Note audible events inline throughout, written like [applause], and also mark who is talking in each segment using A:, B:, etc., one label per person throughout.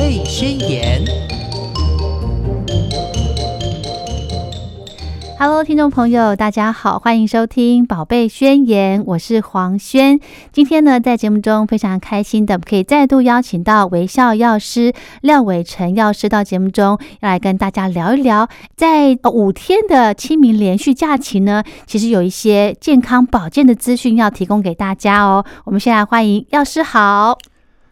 A: 类宣言。
B: Hello，听众朋友，大家好，欢迎收听《宝贝宣言》，我是黄轩。今天呢，在节目中非常开心的，我们可以再度邀请到微笑药师廖伟成药师到节目中，要来跟大家聊一聊，在呃五天的清明连续假期呢，其实有一些健康保健的资讯要提供给大家哦。我们先来欢迎药师好。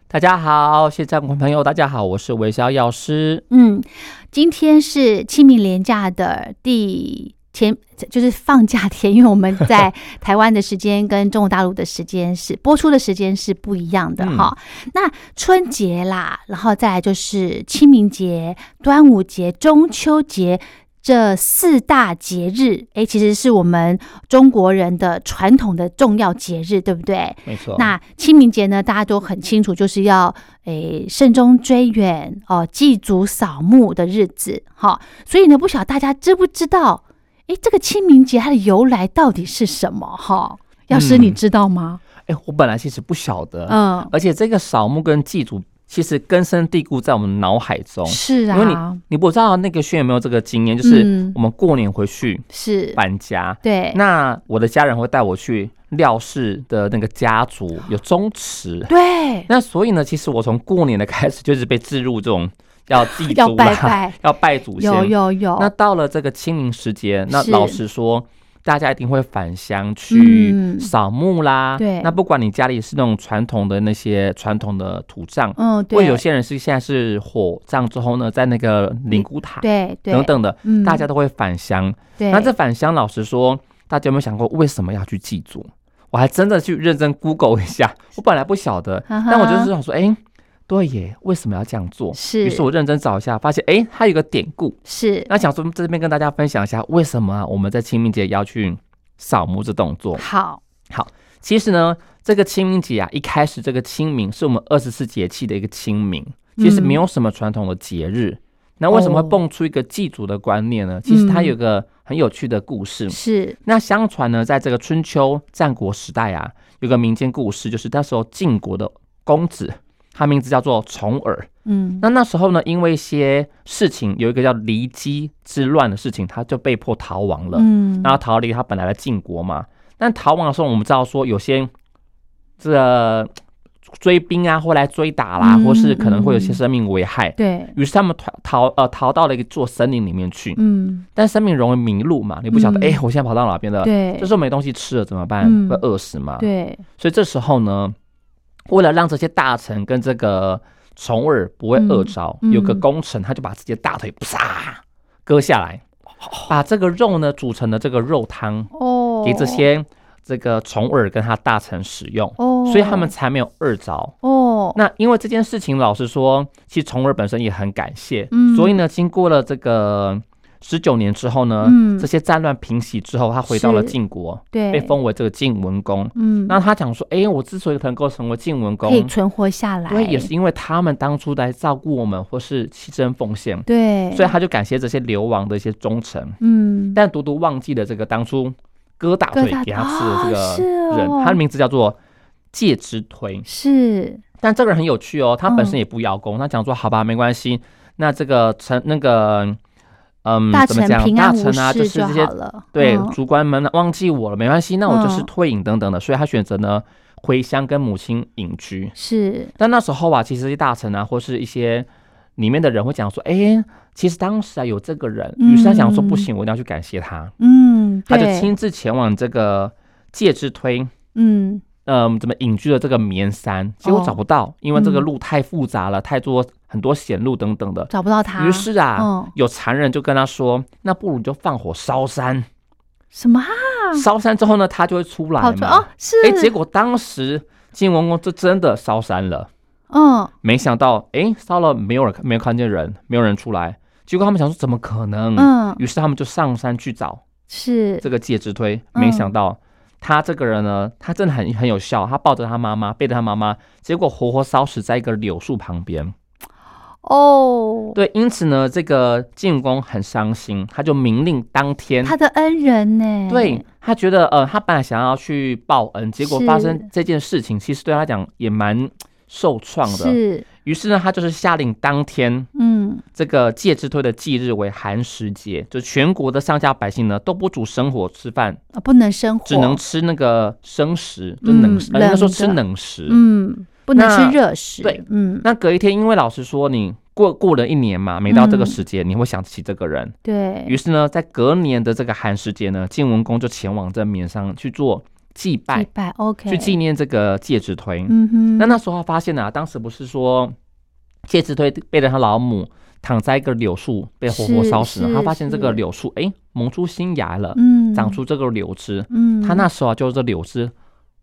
C: 大家好，现在朋友，大家好，我是微笑药师。
B: 嗯，今天是清明连假的第前，就是放假天，因为我们在台湾的时间跟中国大陆的时间是播出的时间是不一样的哈。那春节啦，然后再来就是清明节、端午节、中秋节。这四大节日，哎，其实是我们中国人的传统的重要节日，对不对？
C: 没错，
B: 那清明节呢，大家都很清楚，就是要诶慎终追远哦，祭祖扫墓的日子哈、所以呢，不晓得大家知不知道，诶，这个清明节它的由来到底是什么哈、药师，
C: 嗯
B: 你知道吗？
C: 哎，我本来其实不晓得，
B: 嗯，
C: 而且这个扫墓跟祭祖其实根深蒂固在我们脑海中。
B: 是
C: 因为
B: 啊，
C: 你不知道那个轩有没有这个经验，就是
B: 嗯
C: 我们过年回去
B: 是，
C: 搬家，
B: 对，
C: 那我的家人会带我去廖氏的那个家族有宗祠，
B: 对，
C: 那所以呢，其实我从过年的开始就是被置入这种要祭
B: 要
C: 祖
B: 拜
C: 啦，
B: 拜，
C: [laughs] 要拜祖先，
B: 有有有，
C: 那到了这个清明时节，那
B: 是
C: 老实说，大家一定会返乡去
B: 嗯
C: 扫墓啦。
B: 对
C: 那不管你家里是那种传统的那些传统的土葬，
B: 嗯，
C: 或
B: 对，
C: 有些人是现在是火葬之后呢，在那个灵骨塔
B: 对对
C: 等等的，
B: 嗯
C: 大家都会返乡。
B: 对，
C: 那这返乡，老实说，大家有没有想过为什么要去祭祖？我还真的去认真 Google 一
B: [laughs]
C: 下，我本来不晓得，
B: 啊哈
C: 但我就是想说，哎、对耶，为什么要这样做？
B: 是
C: 于是我认真找一下，发现哎、诶它有一个典故。
B: 是
C: 那想说这边跟大家分享一下，为什么啊我们在清明节要去扫墓这动作？
B: 好，
C: 其实呢，这个清明节啊，一开始这个清明是我们二十四节气的一个清明，其
B: 嗯
C: 实没有什么传统的节日。那为什么
B: 哦
C: 会蹦出一个祭祖的观念呢？其实它有一个很有趣的故
B: 嗯
C: 事。
B: 是
C: 那相传呢，在这个春秋战国时代啊，有个民间故事，就是那时候晋国的公子，他名字叫做重耳。
B: 嗯
C: 那那时候呢，因为一些事情，有一个叫骊姬之乱的事情，他就被迫逃亡了。
B: 嗯
C: 然后逃离他本来的晋国嘛。但逃亡的时候，我们知道说有些这个追兵啊，会来追打啦，
B: 嗯
C: 或是可能会有
B: 嗯
C: 些生命危害。
B: 对，
C: 于是他们逃逃呃逃到了一座森林里面去，
B: 嗯
C: 但森林容易迷路嘛，你不晓得
B: 嗯
C: 哎、诶我现在跑到哪边了？
B: 对
C: 这时候啊没东西吃了怎么办？
B: 嗯
C: 会饿死吗？
B: 对，
C: 所以这时候呢，为了让这些大臣跟这个重耳不会饿着，
B: 嗯嗯
C: 有个功臣他就把自己的大腿啪割下来，把这个肉呢煮成了这个肉汤，
B: 哦，
C: 给这些这个重耳跟他大臣使用，
B: 哦，
C: 所以他们才没有饿着。
B: 哦，
C: 那因为这件事情，老实说，其实重耳本身也很感谢，
B: 嗯
C: 所以呢，经过了这个十九年之后呢，
B: 嗯
C: 这些战乱平息之后，他回到了
B: 是
C: 晋国，
B: 对
C: 被封为这个晋文公。
B: 嗯，
C: 那他讲说，哎、我之所以能够成为晋文公
B: 可，以存活下来，
C: 对，也是因为他们当初来照顾我们，或是牺牲奉献，
B: 对，
C: 所以他就感谢这些流亡的一些忠臣，
B: 嗯，
C: 但独独忘记了这个当初割大腿
B: 割大
C: 给他吃的这
B: 哦是
C: 个
B: 哦
C: 人，他的名字叫做介之推。
B: 是
C: 但这个人很有趣哦，他本身
B: 嗯
C: 也不邀功，他讲说，好吧，没关系，那这个臣那个。嗯，
B: 大
C: 怎么
B: 臣
C: 讲？
B: 平
C: 大
B: 安无
C: 臣啊，就
B: 事
C: 是这些
B: 好了，
C: 对，
B: 嗯
C: 主管们忘记我了，没关系，那我就是
B: 嗯
C: 退隐等等的，所以他选择呢回乡跟母亲隐居。
B: 是
C: 但那时候啊，其实一些大臣啊，或是一些里面的人会讲说，哎、其实当时啊有这个人，于是他想说
B: 嗯
C: 不行，我一定要去感谢他，
B: 嗯，
C: 他就
B: 对
C: 亲自前往这个介之推。
B: 嗯
C: 嗯，怎么隐居的这个绵山，结果
B: 哦
C: 找不到，因为这个
B: 嗯
C: 路太复杂了，太多很多险路等等的。
B: 找不到他，
C: 于是啊，
B: 嗯
C: 有残人就跟他说：“那不如你就放火烧山，
B: 什么啊
C: 烧山之后呢，他就会出来
B: 跑出
C: 嘛。
B: 哦是，
C: 哎、结果当时晋文公就真的烧山了，
B: 嗯
C: 没想到哎烧了没有人没有看见人，没有人出来。结果他们想说怎么可能？
B: 嗯
C: 于是他们就上山去找
B: 是
C: 这个介之推，
B: 嗯
C: 没想到。他这个人呢，他真的很很有效。他抱着他妈妈，背着他妈妈，结果活活烧死在一个柳树旁边。
B: 哦，
C: 对，因此呢，这个晋文公很伤心，他就明令当天
B: 他的恩人呢，
C: 对他觉得，呃，他本来想要去报恩，结果
B: 是
C: 发生这件事情，其实对他讲也蛮受创的。
B: 是，
C: 于是呢，他就是下令当天
B: 嗯，
C: 这个介之推的忌日为寒食节，就全国的上下百姓呢都不煮生火吃饭，
B: 啊不能生火，
C: 只能吃那个生食，就冷
B: 嗯
C: 呃应该说
B: 冷
C: 吃
B: 的
C: 冷食。
B: 嗯，不能
C: 那
B: 吃热食，
C: 对，
B: 嗯，
C: 那隔一天，因为老师说你过过了一年嘛，每到这个
B: 嗯
C: 时节，你会想起这个人。于
B: 对，
C: 是呢，在隔年的这个寒食节呢，晋文公就前往这绵商去做祭
B: 祭
C: 拜，
B: 拜，OK，
C: 去纪念这个介之推。
B: 嗯哼，
C: 那那时候他发现啊，当时不是说介之推背着他老母躺在一个柳树被活活
B: 是
C: 烧死了，他
B: 是
C: 发现这个
B: 是
C: 柳树哎萌出新芽了，
B: 嗯，
C: 长，出这个柳枝。
B: 嗯，
C: 他那时候啊，就是这柳枝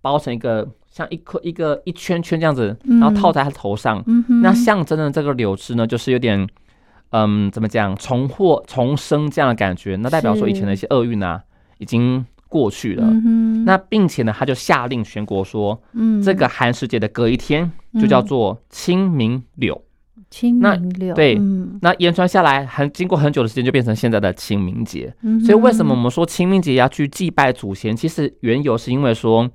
C: 包成一个像一颗一个一圈圈这样子，
B: 嗯
C: 然后套在他头上。
B: 嗯哼，
C: 那象征的这个柳枝呢，就是有点，嗯，怎么讲，重获重生这样的感觉。那代表说以前的一些厄运啊，已经过去了。
B: 嗯哼，
C: 那并且呢，他就下令全国说，
B: 嗯，
C: 这个寒食节的隔一天就叫做清明柳。
B: 清
C: 那
B: 明柳，
C: 对
B: 嗯
C: 那延传下来，很经过很久的时间，就变成现在的清明节。
B: 嗯哼，
C: 所以为什么我们说清明节要去祭拜祖
B: 嗯
C: 先？其实缘由是因为说，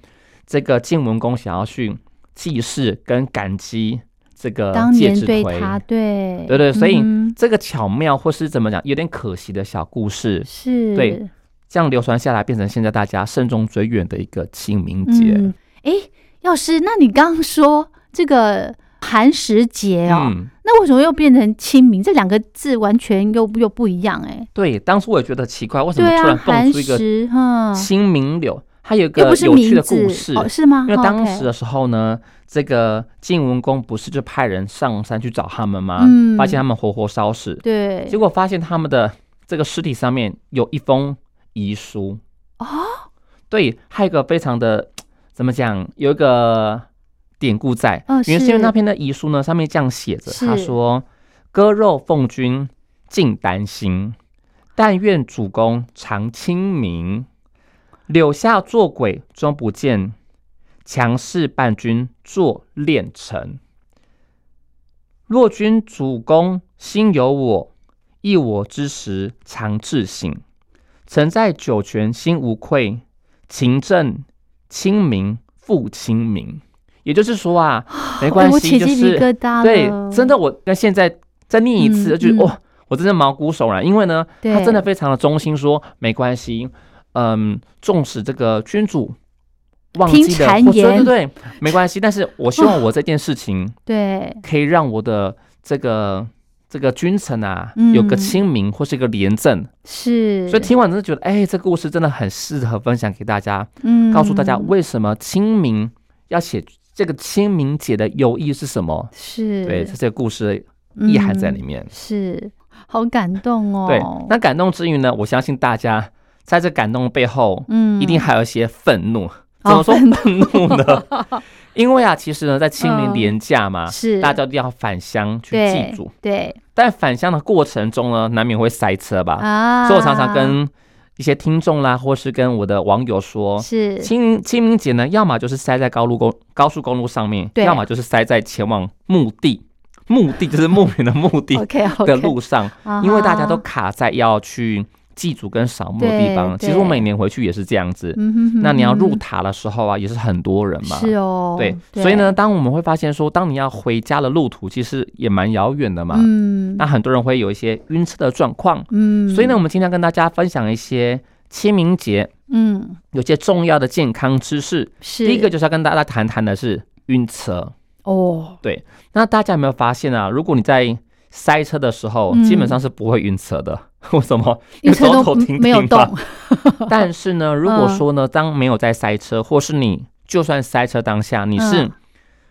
C: 这个晋文公想要去祭祀跟感激这个
B: 当
C: 介
B: 年
C: 之
B: 对
C: 推
B: 他，对
C: 对对所以
B: 嗯哼
C: 这个巧妙或是怎么讲，有点可惜的小故事，
B: 是
C: 对这样流传下来，变成现在大家慎重追远的一个清明节。
B: 嗯，哎，药师，那你刚刚说这个寒食节哦，
C: 嗯
B: 那为什么又变成清明？这两个字完全又又不一样哎。
C: 对，当初我也觉得奇怪，为什么
B: 对
C: 突
B: 啊，
C: 然蹦
B: 寒
C: 出一个
B: 食哈，
C: 清明柳？它有一
B: 又
C: 个
B: 不是
C: 有趣
B: 名
C: 的
B: 字
C: 故事，
B: 哦，是吗？
C: 因为
B: 哦
C: 当
B: ，OK
C: 时的时候呢，这个晋文公不是就派人上山去找他们吗？
B: 嗯
C: 发现他们活活烧死，
B: 对
C: 结果发现他们的这个尸体上面有一封遗书
B: 哦，
C: 对，还有一个非常的怎么讲，有一个典故在。
B: 哦
C: 原先
B: 是
C: 那篇的遗书呢，上面这样写着，他
B: 是
C: 说：“割肉奉君尽丹心，但愿主公常清明。柳下做鬼终不见，强势伴君作炼臣。若君主公心有我，忆我之时常自省。曾在九泉心无愧，勤政清明复清明。也就是说啊，没关
B: 哎我
C: 系，
B: 起
C: 就
B: 鸡皮
C: 是
B: 疙瘩了。
C: 对，真的，我那现在再念一次，就
B: 嗯
C: 觉得
B: 嗯
C: 哇、我真的毛骨悚然，因为呢，
B: 对
C: 他真的非常的忠心说，没关系，嗯，纵使这个君主忘
B: 听
C: 记了，或
B: 谗
C: 者对
B: 言
C: 对对，没关系，但是我希望我这件事情
B: 对，
C: 可以让我的这个。这个君臣啊，有个
B: 嗯
C: 清明或是一个廉政，
B: 是，
C: 所以听完真的觉得，哎、这个故事真的很适合分享给大家，
B: 嗯
C: 告诉大家为什么清明要写这个清明节的由意是什么。
B: 是
C: 对，这这个故事的意涵在里
B: 嗯
C: 面。
B: 是，好感动哦。
C: 对，那感动之余呢，我相信大家在这感动背后，
B: 嗯哦
C: 一定还有一些愤怒。怎么说
B: 愤
C: 愤怒
B: [laughs]
C: 呢？因为啊，其实呢，在清明
B: 嗯
C: 连假嘛，
B: 是
C: 大家一定要返乡去祭
B: 对
C: 祖，
B: 对
C: 但返乡的过程中呢，难免会塞车吧。
B: 啊，
C: 所以我常常跟一些听众啦，或是跟我的网友说。
B: 是
C: 清明清明节呢，要么就是塞在高路公高速公路上面，
B: 对
C: 要么就是塞在前往墓地，墓地就是墓园的墓
B: [laughs]
C: 地
B: OK OK
C: 的路上。因为大家都
B: 啊哈
C: 卡在要去祭祖跟扫墓的地方。其
B: 对
C: 实我
B: 对
C: 每年回去也是这样子。
B: 嗯哼哼
C: 那你要入
B: 哼
C: 塔的时候啊，也是很多人嘛。
B: 是哦，
C: 对，所以呢，，当我们会发现说，当你要回家的路途其实也蛮遥远的嘛。
B: 嗯
C: 那很多人会有一些晕车的状况。
B: 嗯，
C: 所以呢，，我们今天跟大家分享一些清明节
B: 嗯，
C: 有些重要的健康知识。
B: 是
C: 第一个就是要跟大家谈谈的是晕车。
B: 哦，
C: 那大家有没有发现啊？如果你在塞车的时候，
B: 嗯
C: 基本上是不会晕车的。 [laughs] 为什
B: [laughs]
C: 么？
B: 晕车
C: 走走
B: 都
C: 停停
B: 没有
C: 吧
B: 动，
C: 但是
B: 嗯
C: 呢，如果说呢，当没有在塞车，或是你就算塞车当下，你是，
B: 嗯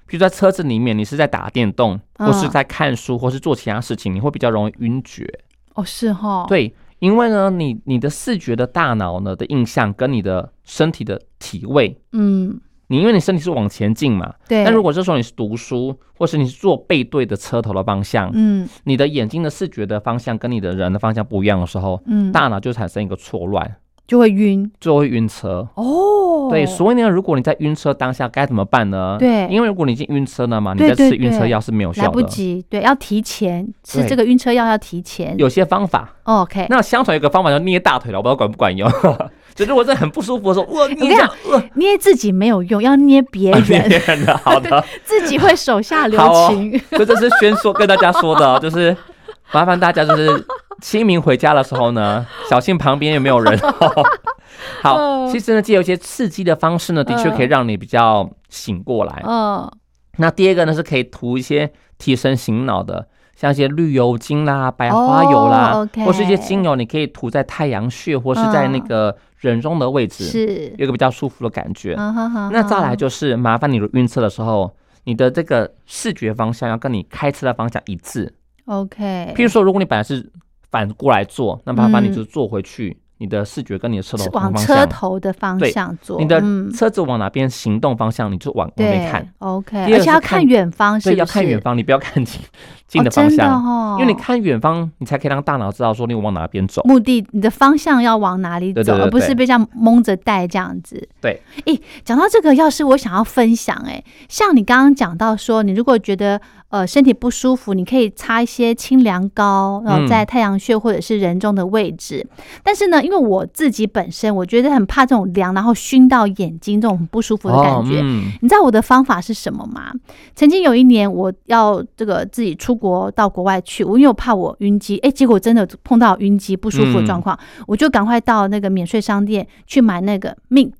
C: 比如在车子里面，你是在打电动，
B: 嗯
C: 或是在看书，或是做其他事情，你会比较容易晕厥。
B: 哦，是哈，，
C: 对，因为呢，你你的视觉的大脑呢的印象跟你的身体的体位，
B: 嗯，
C: 你因为你身体是往前进嘛，
B: 对，
C: 但如果这时候你是读书，或是你是坐背对的车头的方向，
B: 嗯
C: 你的眼睛的视觉的方向跟你的人的方向不一样的时候，
B: 嗯，
C: 大脑就产生一个错乱，
B: 就会晕
C: 就会晕车。
B: 哦。
C: 对，所以呢，如果你在晕车当下该怎么办呢？
B: 对
C: 因为如果你已经晕车了嘛，你
B: 对
C: 再
B: 对
C: 吃晕车
B: 对
C: 药是没有效
B: 来
C: 的。
B: 不及，对，要提前吃
C: 对
B: 这个晕车药要提前。
C: 有些方法，
B: OK，
C: 那相传有一个方法叫捏大腿了，我不知道管不管用。 [laughs] 就如果真的很不舒服的时候，哇，捏一下，哇，
B: 捏自己没有用，要捏别
C: 啊捏
B: 人，
C: 别人的，好
B: [laughs]
C: 的。
B: 自己会手下留
C: 好哦
B: 情。 [laughs]
C: 所以这是宣说跟大家说的哦，就是麻烦大家就是清明回家的时候呢，
B: [laughs]
C: 小心旁边有没有人哦。好，
B: 嗯
C: 其实呢，借由一些刺激的方式呢，的确可以让你比较醒过来。
B: 嗯，
C: 那第二个呢，是可以涂一些提神醒脑的，像一些绿油精啦、白花油啦，
B: 哦，OK
C: 或是一些精油，你可以涂在太阳穴或是在那个人中的位置，
B: 嗯是。
C: 有一个比较舒服的感觉。
B: 嗯哼哼
C: 那再来
B: 哼
C: 就是麻烦你如果晕车的时候，你的这个视觉方向要跟你开车的方向一致。
B: OK，
C: 譬如说，如果你本来是反过来坐，那麻烦你
B: 嗯
C: 就坐回去，你的视觉跟你的车头
B: 是
C: 同
B: 往
C: 方
B: 车
C: 向，
B: 头的方
C: 对
B: 向做，
C: 你的
B: 嗯
C: 车子往哪边行动方向，你就往往那
B: 对
C: 看。
B: OK，
C: 第二
B: 而且
C: 是
B: 要
C: 看
B: 看远方，是
C: 所以
B: 不
C: 要看
B: 是
C: 远方，你不要看近近
B: 哦
C: 的方
B: 真的
C: 向，
B: 哦，
C: 因为你看远方，你才可以让大脑知道说你往哪边走。
B: 目的，你的方向要往哪里走，
C: 对对对
B: 而不是
C: 对
B: 被这样蒙着带这样子。
C: 对，
B: 诶，讲到这个，要是我想要分享、诶，像你刚刚讲到说，你如果觉得呃身体不舒服，你可以擦一些清凉膏，然后
C: 嗯
B: 在太阳穴或者是人中的位置。但是呢，因为我自己本身我觉得很怕这种凉，然后熏到眼睛这种很不舒服的感觉。
C: 嗯，
B: 你知道我的方法是什么吗？曾经有一年，我要这个自己出国到国外去，我因为我怕我晕机，哎、结果真的碰到晕机不舒服的状况，
C: 嗯
B: 我就赶快到那个免税商店去买那个 mint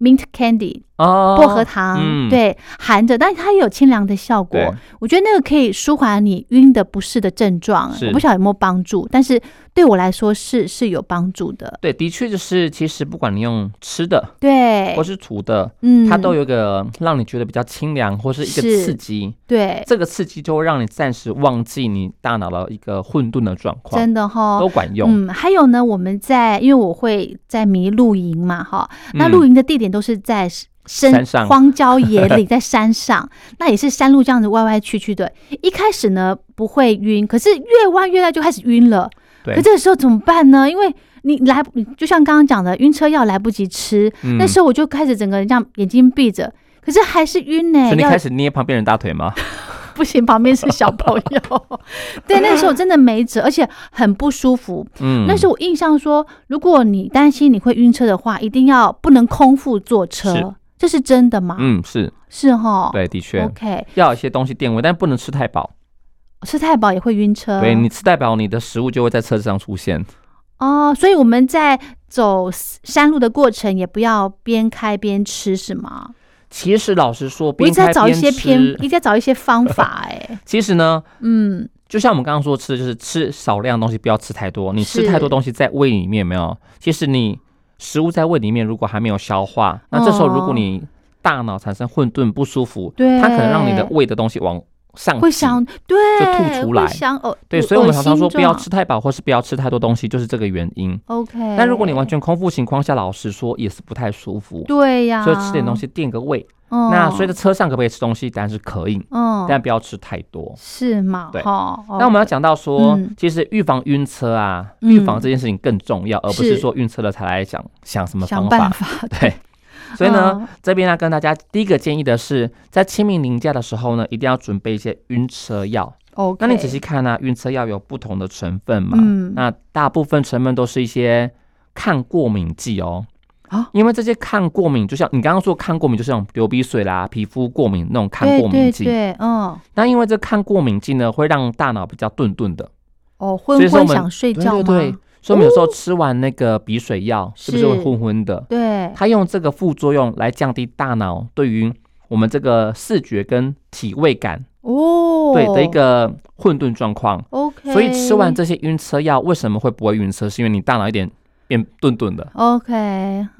B: mint candy
C: 哦，
B: 薄荷糖，
C: 嗯
B: 对，含着，但是它也有清凉的效果
C: 对。
B: 我觉得那个可以舒缓你晕的不适的症状，
C: 是
B: 我不晓得有没有帮助，但是对我来说是是有帮助的。
C: 对，的确就是，其实不管你用吃的
B: 对
C: 或，是涂的，
B: 嗯，
C: 它都有一个让你觉得比较清凉或是一个
B: 是
C: 刺激，
B: 对，
C: 这个刺激就会让你暂时忘记你大脑的一个混沌的状况，
B: 真的哈，
C: 都管用。
B: 嗯，还有呢，我们在因为我会在迷露营嘛，哈，那
C: 嗯
B: 露营的地点都是在是深
C: 山上
B: 荒郊野
C: [laughs]
B: 岭，在山上，那也是山路这样子歪歪曲曲的。一开始呢不会晕，可是越弯越弯就开始晕了。
C: 对
B: 可这个时候怎么办呢？因为你来，你就像刚刚讲的，晕车药来不及吃，
C: 嗯
B: 那时候我就开始整个人这样眼睛闭着，可是还是晕呢、
C: 所以你
B: 要
C: 开始捏旁边人大腿吗？
B: 不行，旁边是小朋
C: [laughs]
B: 友。对，那时候真的没辙，而且很不舒服。 [laughs]
C: 嗯，
B: 但是我印象说，如果你担心你会晕车的话，一定要不能空腹坐车，
C: 是
B: 这是真的吗？
C: 嗯是
B: 是哈，
C: 对，的确
B: OK，
C: 要有一些东西垫位，但不能吃太饱。
B: 吃太饱也会晕车。
C: 对你吃太饱，你的食物就会在车子上出现。
B: 哦，所以我们在走山路的过程也不要边开边吃，是吗？
C: 其实老实说，
B: 我一
C: 边
B: 直在
C: 开
B: 找一
C: 边
B: 些偏，
C: 吃
B: 一，直在找一些方法、
C: [laughs]
B: 哎，
C: 其实呢，
B: 嗯，
C: 就像我们刚刚说吃，的就是吃少量的东西，不要吃太多。你吃
B: 是
C: 太多东西在胃里面有没有，其实你食物在胃里面如果还没有消化，那这时候如果
B: 哦
C: 你大脑产生混沌不舒服，
B: 对，
C: 它可能让你的胃的东西往上
B: 会
C: 挤
B: 想对，
C: 就吐出来
B: 会想呕，
C: 对，
B: 恶
C: 所以我们常常说
B: 恶心
C: 不要
B: 状
C: 吃太饱，或是不要吃太多东西，就是这个原因。
B: OK，
C: 但如果你完全空腹情况下，老实说也是不太舒服，
B: 对啊呀、
C: 所以吃点东，西垫个胃。
B: 嗯、
C: 那所以在车上可不可以吃东西？当然是可以，
B: 嗯，
C: 但不要吃太多。
B: 是吗？
C: 对
B: 哈，
C: 那我们要讲到说
B: 哦嗯，
C: 其实预防晕车啊，
B: 嗯
C: 预防这件事情更重要，而不是
B: 是
C: 说晕车了才来想想什么
B: 想
C: 方
B: 办
C: 法。
B: 法，
C: [laughs] 对，所以呢，
B: 嗯，
C: 这边要跟大家第一个建议的是，在清明年假的时候呢，一定要准备一些晕车药。
B: o
C: 那你仔细看呢、晕车药有不同的成分嘛？
B: 嗯
C: 那大部分成分都是一些抗过敏剂哦。
B: 啊
C: 因为这些抗过敏，就像你刚刚说抗过敏，就是那种流鼻水啦、皮肤过敏那种抗过敏
B: 对对
C: 剂。
B: 对，嗯，
C: 那因为这抗过敏剂呢，会让大脑比较顿顿的，
B: 哦，
C: 所以
B: 昏
C: 说我
B: 昏
C: 们
B: 想睡
C: 对对
B: 觉吗？哦
C: 对。所以我们有时候吃完那个鼻水药，是不是会
B: 是
C: 昏昏的？
B: 对
C: 它用这个副作用来降低大脑对于我们这个视觉跟体味感
B: 哦，
C: 对的一个混沌状况。
B: OK，
C: 所以吃完这些晕车药，为什么会不会晕车？是因为你大脑有点变钝钝的。
B: OK，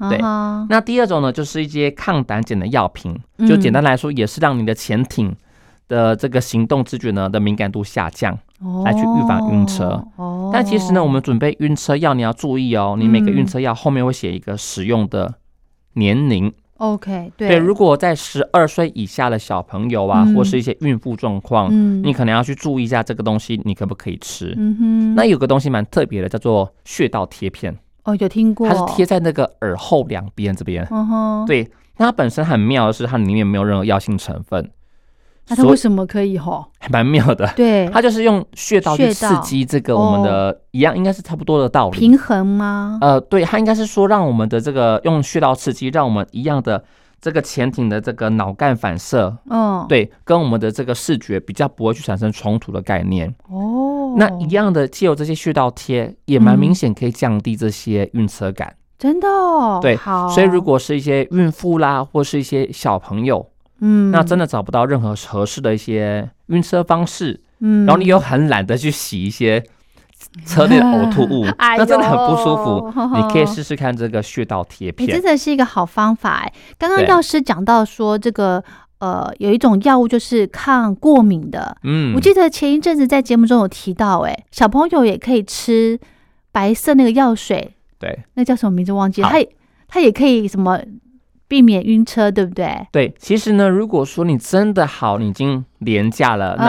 B: 对嗯
C: 那第二种呢，就是一些抗胆碱的药品，就简单来说，也是让你的潜艇的这个行动知觉呢的敏感度下降。
B: 哼，
C: 来去预防晕车
B: 哦，
C: 但其实呢，我们准备晕车药，你要注意哦，你每个晕车药后面会写一个使用的年龄。
B: OK 对
C: 对，如果在十二岁以下的小朋友啊，
B: 嗯
C: 或是一些孕妇状况，
B: 嗯
C: 你可能要去注意一下这个东西，你可不可以吃？
B: 嗯哼，
C: 那有个东西蛮特别的，叫做穴道贴片。
B: 哦，有听过，
C: 它是贴在那个耳后两边这边。
B: 嗯哼，，
C: 对，那它本身很妙的是，它里面没有任何药性成分，
B: 那啊它
C: 所
B: 为
C: 以
B: 什么可以吼？
C: 还蛮妙的。
B: 对，
C: 它就是用穴道去
B: 穴
C: 刺
B: 道哦
C: 激这个我们的、一样，应该是差不多的道理。
B: 平衡吗？
C: 呃，对，它应该是说让我们的这个用穴道刺激，让我们一样的这个前庭的这个脑干反射，
B: 嗯，，
C: 对，跟我们的这个视觉比较不会去产生冲突的概念。
B: 哦，
C: 那一样的，借由这些穴道贴，也
B: 嗯
C: 蛮明显可以降低这些晕车感。
B: 真的哦，
C: 对
B: 好，
C: 所以如果是一些孕妇啦，或是一些小朋友，
B: 嗯，
C: 那真
B: 的，
C: 的找不到任何合适的一些晕车方式，
B: 嗯，
C: 然后你又很懒得去洗一些车内的呕吐物，
B: [laughs] 哎呦
C: 那真的很不舒
B: [laughs]
C: 服。你可以试试看这个穴道贴
B: 哎、
C: 片
B: 真。的是一个好方法哎。刚刚
C: 对
B: 药师讲到说，这个呃，有一种药物就是抗过敏的，
C: 嗯
B: 我记得前一阵子在节目中有提到，哎，小朋友也可以吃白色那个药水，
C: 对
B: 那叫什么名字忘记了，
C: 好
B: 它也它也可以什么避免晕车，对不对？
C: 对，其实呢，如果说你真的好，你已经廉价了，呃那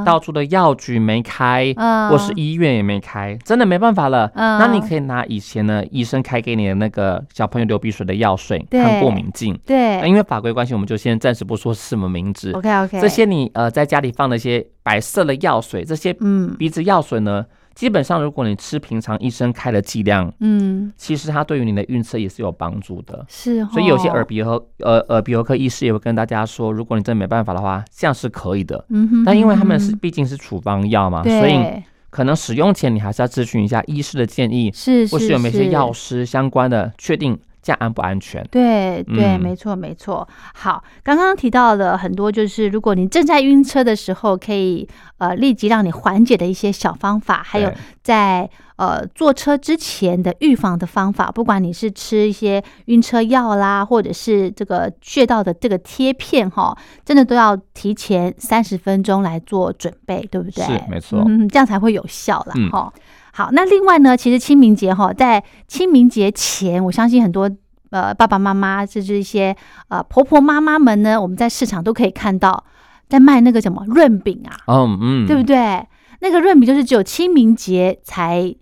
B: 那
C: 到处的药局没开，
B: 呃
C: 或是医院也没开，真的没办法了。
B: 嗯
C: 那你可以拿以前呢医生开给你的那个小朋友流鼻水的药水
B: 对
C: 抗过敏剂。那
B: 对
C: 因为法规关系，我们就先暂时不说是什么名字。
B: ，OK OK，
C: 这些你呃在家里放的一些白色的药水，这些
B: 嗯
C: 鼻子药水呢，基本上如果你吃平常医生开的剂量，
B: 嗯
C: 其实它对于你的晕车也是有帮助的。
B: 是哦，
C: 所以有些耳鼻喉呃耳鼻喉科医师也会跟大家说，如果你真的没办法的话，这样是可以的。
B: 嗯哼，
C: 但因为他们是
B: 嗯
C: 毕竟是处方药嘛，所以
B: 对
C: 可能使用前你还是要咨询一下医师的建议，
B: 是
C: 或是有没有一些药师相关的，确定这样安不安全。
B: 对对，
C: 嗯
B: 没错没错。好，刚刚提到了很多，就是如果你正在晕车的时候，可以呃立即让你缓解的一些小方法，还有
C: 对
B: 在呃坐车之前的预防的方法，不管你是吃一些晕车药啦，或者是这个穴道的这个贴片哈，真的都要提前三十分钟来做准备，对不对？
C: 是没错
B: 嗯，这样才会有效啦
C: 嗯
B: 哈。好，那另外呢，其实清明节哈，在清明节前，我相信很多呃爸爸妈妈，甚至一些呃婆婆妈妈们呢，我们在市场都可以看到在卖那个什么润饼啊，
C: 嗯嗯，
B: 对不对？那个润饼就是只有清明节才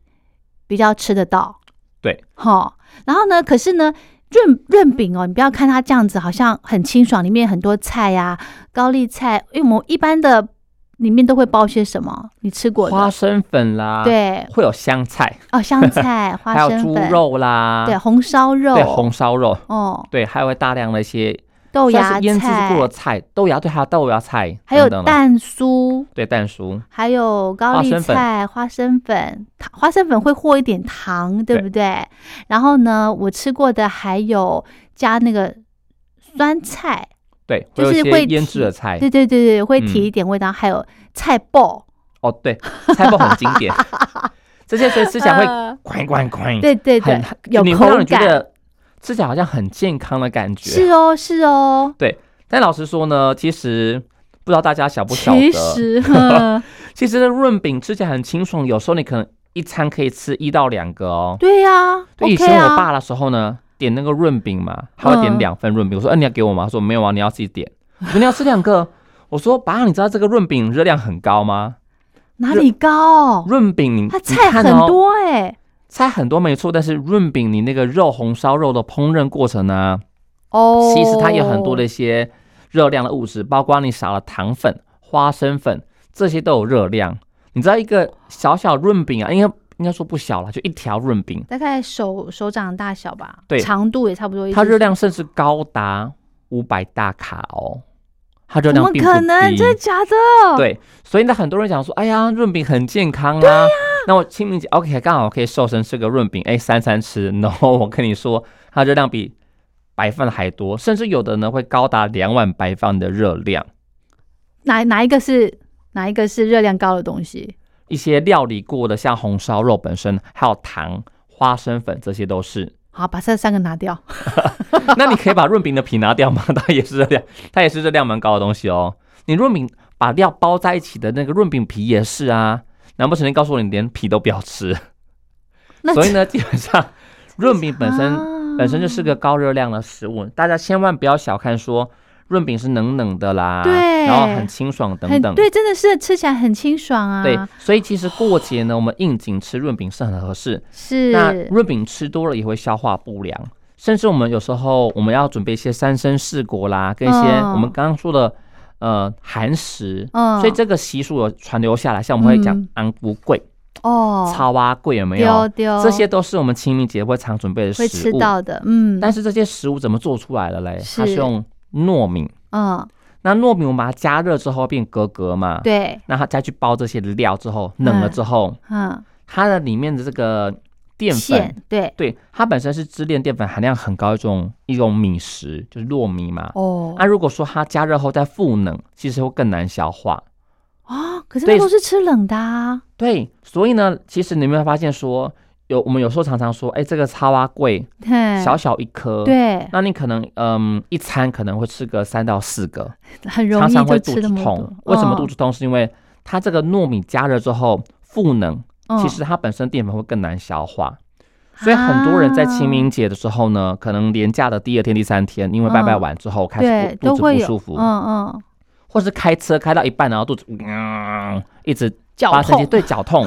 B: 比较吃得到，
C: 对，
B: 哈。然后呢，可是呢，润润饼哦，你不要看它这样子，好像很清爽，里面很多菜呀、高丽菜，因为我们一般的里面都会包些什么？你吃过
C: 花
B: 的？
C: 生粉啦，，
B: 对，
C: 会有香菜，
B: 哦，香
C: [laughs] 还
B: 菜、花
C: 有
B: 生
C: 猪
B: 粉，
C: 肉啦，
B: 对，红烧肉，
C: 对，红烧肉，
B: 哦，
C: 对，还有大量的一些
B: 豆
C: 算
B: 芽
C: 是腌制过的
B: 菜，
C: 菜，豆芽对，还有豆芽菜，
B: 还有
C: 等等的
B: 蛋酥，
C: 对蛋酥，
B: 还有高丽
C: 花生粉
B: 菜、花生粉，糖花生粉会和一点糖，对不对？然后呢，我吃过的还有加那个酸菜，
C: 对，
B: 就
C: 会有一
B: 是
C: 些
B: 会
C: 腌
B: 提
C: 制的菜
B: 对，对对对，会提
C: 嗯
B: 一点味道，还有菜爆，
C: 哦，对，菜包很经
B: [laughs]
C: 典，这些所以吃起来会
B: 呃
C: 哐哐哐，
B: 对对对
C: 很，
B: 有
C: 你会
B: 口
C: 让你觉
B: 感，
C: 得吃起来好像很健康的感觉。
B: 是哦是哦。
C: 但老实说呢，其实不知道大家晓不晓
B: 其
C: 得， [laughs]
B: 实，嗯呵
C: 其实这润饼吃起来很清爽，有时候你可能一餐可以吃一到两个哦。
B: 对呀、
C: 对
B: o
C: 以
B: k
C: 前我
B: 啊，
C: 爸的时候呢，点那个润饼嘛，他会点
B: 嗯
C: 两份润饼。我说：“嗯、你要给我吗？”他说：“没有啊，你要自己点。”我说：“你要吃两个。”我说：“爸，你知道这个润饼热量很高吗？
B: 哪里高？
C: 润饼你
B: 它
C: 你
B: 菜很
C: 看哦
B: 多哎、
C: 菜很多没错，但是润饼你那个肉红烧肉的烹饪过程呢，
B: 哦，
C: 其实它有很多的一些热量的物质，包括你撒了糖粉、花生粉，这些都有热量。你知道一个小小润饼啊，应该应该说不小了，就一条润饼，
B: 大概手手掌大小吧，
C: 对
B: 长度也差不多一只手。
C: 它热量甚至高达五百大卡哦，它热
B: 怎
C: 量
B: 么
C: 并
B: 可能？
C: 不
B: 真的
C: 低。
B: 假的？
C: 对，所以呢，很多人讲说，哎呀，润饼很健康啦、那我清明节 OK，刚好可以瘦身吃个润饼，哎，三餐吃。 [laughs] 然后我跟你说，它热量比白饭还多，甚至有的呢会高达两碗白饭的热量。
B: 哪哪一个是哪一个是热量高的东西？
C: 一些料理过的，像红烧肉本身，还有糖、花生粉，这些都是。
B: 好，把这三个拿掉。 [laughs]
C: 那你可以把润饼的皮拿掉吗？ [laughs] 它也是热量，它也是热量蛮高的东西哦。你润饼把料包在一起的那个润饼皮也是啊，难不成你告诉我你连皮都不要吃？
B: 那
C: 所以呢，基本
B: [laughs]
C: 上润饼本身
B: 啊
C: 本身就是个高热量的食物，大家千万不要小看说润饼是冷冷的啦，
B: 对
C: 然后很清爽等
B: 很
C: 等，
B: 对，真的是吃起来很清爽啊。
C: 对，所以其实过节呢，我们应景吃润饼是很合适。
B: 是
C: 那润饼吃多了也会消化不良，甚至我们有时候我们要准备一些三生四果啦，跟一些
B: 嗯
C: 我们刚刚说的呃寒食，
B: 嗯
C: 所以这个习俗有传留下来，像我们会讲
B: 嗯
C: 安菇桂、
B: 哦，
C: 草蛙桂有没
B: 丢
C: 有？
B: 丢
C: 这些都是我们清明节会常准备的
B: 哦会
C: 食
B: 吃
C: 物，
B: 到的，嗯，
C: 但是这些食物怎么做出来的嘞？它
B: 是
C: 是用糯米，啊
B: 嗯，
C: 那糯米我们把它加热之后变格格嘛，
B: 对，
C: 那它再去包这些料之后，冷了
B: 嗯
C: 之后，
B: 嗯，
C: 它的里面的这个淀粉
B: 馅，对，
C: 对，它本身是支链淀粉含量很高一种一种米食，就是糯米嘛。
B: 哦
C: 那、如果说它加热后再赋能，其实会更难消化。
B: 啊，可是
C: 对
B: 那都是吃冷的啊，
C: 对，所以呢，其实你有没有发现说，有我们有时候常常说，哎、这个叉蛙贵，
B: 嘿
C: 小小一颗，，
B: 对，
C: 那你可能嗯一餐可能会吃个三到四个，
B: 很容
C: 常
B: 易
C: 常
B: 就
C: 会肚
B: 吃
C: 子
B: 那么多嗯
C: 痛。。为什么肚子痛？是因为它这个糯米加热之后赋能，
B: 嗯
C: 其实它本身淀粉会更难消化。所以很多人在清明节的时候呢，可能连假的第二天、第三天，因为拜拜完之后开
B: 对
C: 始肚
B: 都
C: 肚子
B: 会
C: 不
B: 有
C: 舒，服，
B: 嗯嗯，
C: 或是开车开到一半，然后肚子嗯一直
B: 脚
C: 发生一
B: 痛
C: 些，对绞
B: [laughs]
C: 痛，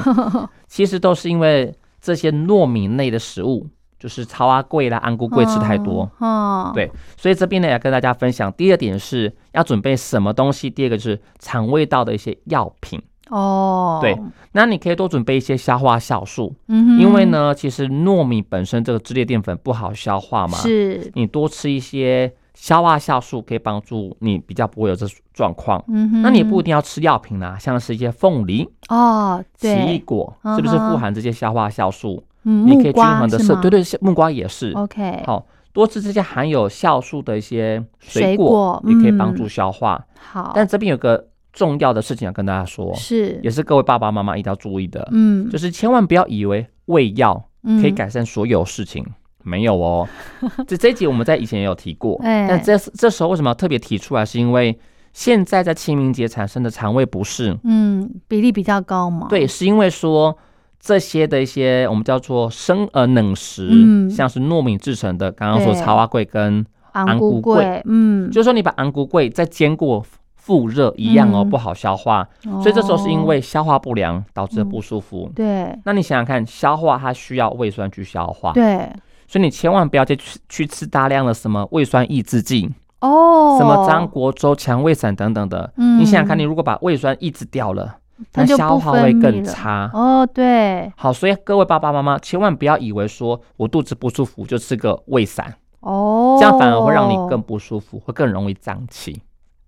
C: 其实都是因为这些糯米类的食物，就是草啊桂啦、安菇桂吃太多。
B: 嗯，嗯，
C: 对所以这边呢，要跟大家分享，第二点是要准备什么东西，第二个就是肠胃道的一些药品。
B: 哦，
C: 对，那你可以多准备一些消化酵素，
B: 嗯哼，
C: 因为呢，其实糯米本身这个支链淀粉不好消化嘛，
B: 是，
C: 你多吃一些消化酵素，可以帮助你比较不会有这状况。
B: 嗯哼，
C: 那你也不一定要吃药品啦、啊像是一些凤梨、
B: 哦，
C: 奇异
B: 对，
C: 果，
B: 嗯哼
C: 是不是富含这些消化酵素？
B: 嗯，
C: 你
B: 木
C: 可以均
B: 瓜
C: 衡的
B: 是
C: 摄，
B: 吗
C: 对对，是木瓜也是。
B: ，OK，
C: 好，多吃这些含有酵素的一些
B: 水
C: 水
B: 果
C: 果，也可以帮
B: 嗯
C: 助消化。
B: 好，
C: 但这边有个重要的事情要跟大家说，
B: 是
C: 也，是各位爸爸妈妈一定要注意的，
B: 嗯，
C: 就是千万不要以为喂药可以
B: 嗯，
C: 改善所有事情。没有哦，
B: [laughs]
C: 这这一集我们在以前也有提过，
B: 哎
C: 但这这时候为什么要特别提出来？是因为现在在清明节产生的肠胃不适，
B: 嗯，比例比较高嘛，
C: 对，，是因为说这些的一些我们叫做生呃冷食，
B: 嗯
C: 像是糯米制成的，刚刚说
B: 对
C: 茶花桂跟，
B: 昂
C: 昂
B: 菇
C: 菇桂
B: 桂，嗯，
C: 就是说你把昂菇桂再煎过复热一样哦，
B: 嗯
C: 不好消化，所以这时候是因
B: 哦
C: 为消化不良导致的
B: 嗯
C: 不舒服。
B: 对
C: 那你想想看，消化它需要胃酸去消化，
B: 对
C: 所以你千万不要再去去吃大量的什么胃酸抑制剂，
B: 哦，
C: 什么张国粥、强胃散等等的。
B: 嗯
C: 你想想看，你如果把胃酸抑制掉了，
B: 它
C: 那
B: 就
C: 消
B: 不
C: 化
B: 分
C: 会
B: 泌
C: 更
B: 了。
C: 差。
B: 哦，对，
C: 好，所以各位爸爸妈妈千万不要以为说我肚子不舒服就吃个胃散，
B: 哦，
C: 这样反而会让你更不舒服，会更容易胀气。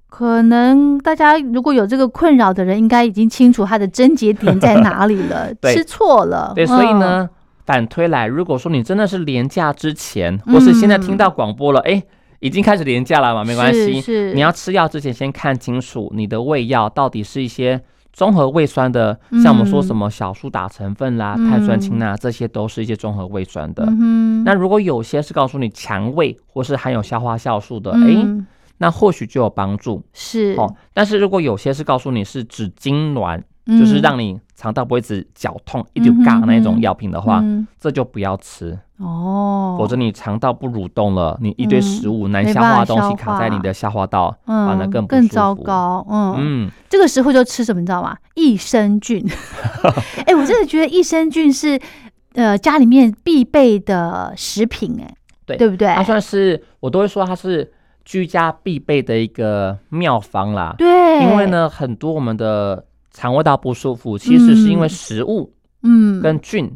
B: 可能大家如果有这个困扰的人，应该已经清楚它的症结点在哪里了，
C: [laughs] 对
B: 吃错了。
C: 对，
B: 嗯
C: 所以，呢，反推来，如果说你真的是廉价之前，或是现在听到广播了，哎、已经开始廉价了嘛，没关系
B: 嗯是，是
C: 你要吃药之前，先看清楚你的胃药到底是一些综合胃酸的，
B: 嗯
C: 像我们说什么小苏打成分啦、
B: 嗯
C: 碳酸氢钠，这些都是一些综合胃酸的。
B: 嗯哼，
C: 那如果有些是告诉你强胃或是含有消化酵素的，诶，
B: 嗯
C: 那或许就有帮助
B: 是
C: 哦。但是如果有些是告诉你是止痉挛，
B: 嗯
C: 就是让你肠道不会一直绞痛、一直
B: 嗯
C: 嘎
B: 哼
C: 那一种药品的话，
B: 嗯
C: 这就不要吃，
B: 哦，
C: 否则你肠道不蠕动了，你一堆
B: 嗯
C: 食物难
B: 没
C: 消
B: 办
C: 化
B: 法
C: 的东
B: 消
C: 西卡在你
B: 化
C: 的消化道，反而
B: 嗯
C: 更不
B: 更
C: 舒
B: 糟
C: 服
B: 糕，嗯，
C: 嗯，
B: 这个时候就吃什么，你知道吗？益
C: [laughs]
B: 生菌。哎、我真的觉得益生菌是呃家里面必备的食品、哎，
C: 对
B: 对不对？
C: 它算是我都会说它是居家必备的一个妙方啦。
B: 对，
C: 因为，呢，很多我们的肠胃道不舒服，其实是因为
B: 嗯
C: 食物
B: 嗯，
C: 跟菌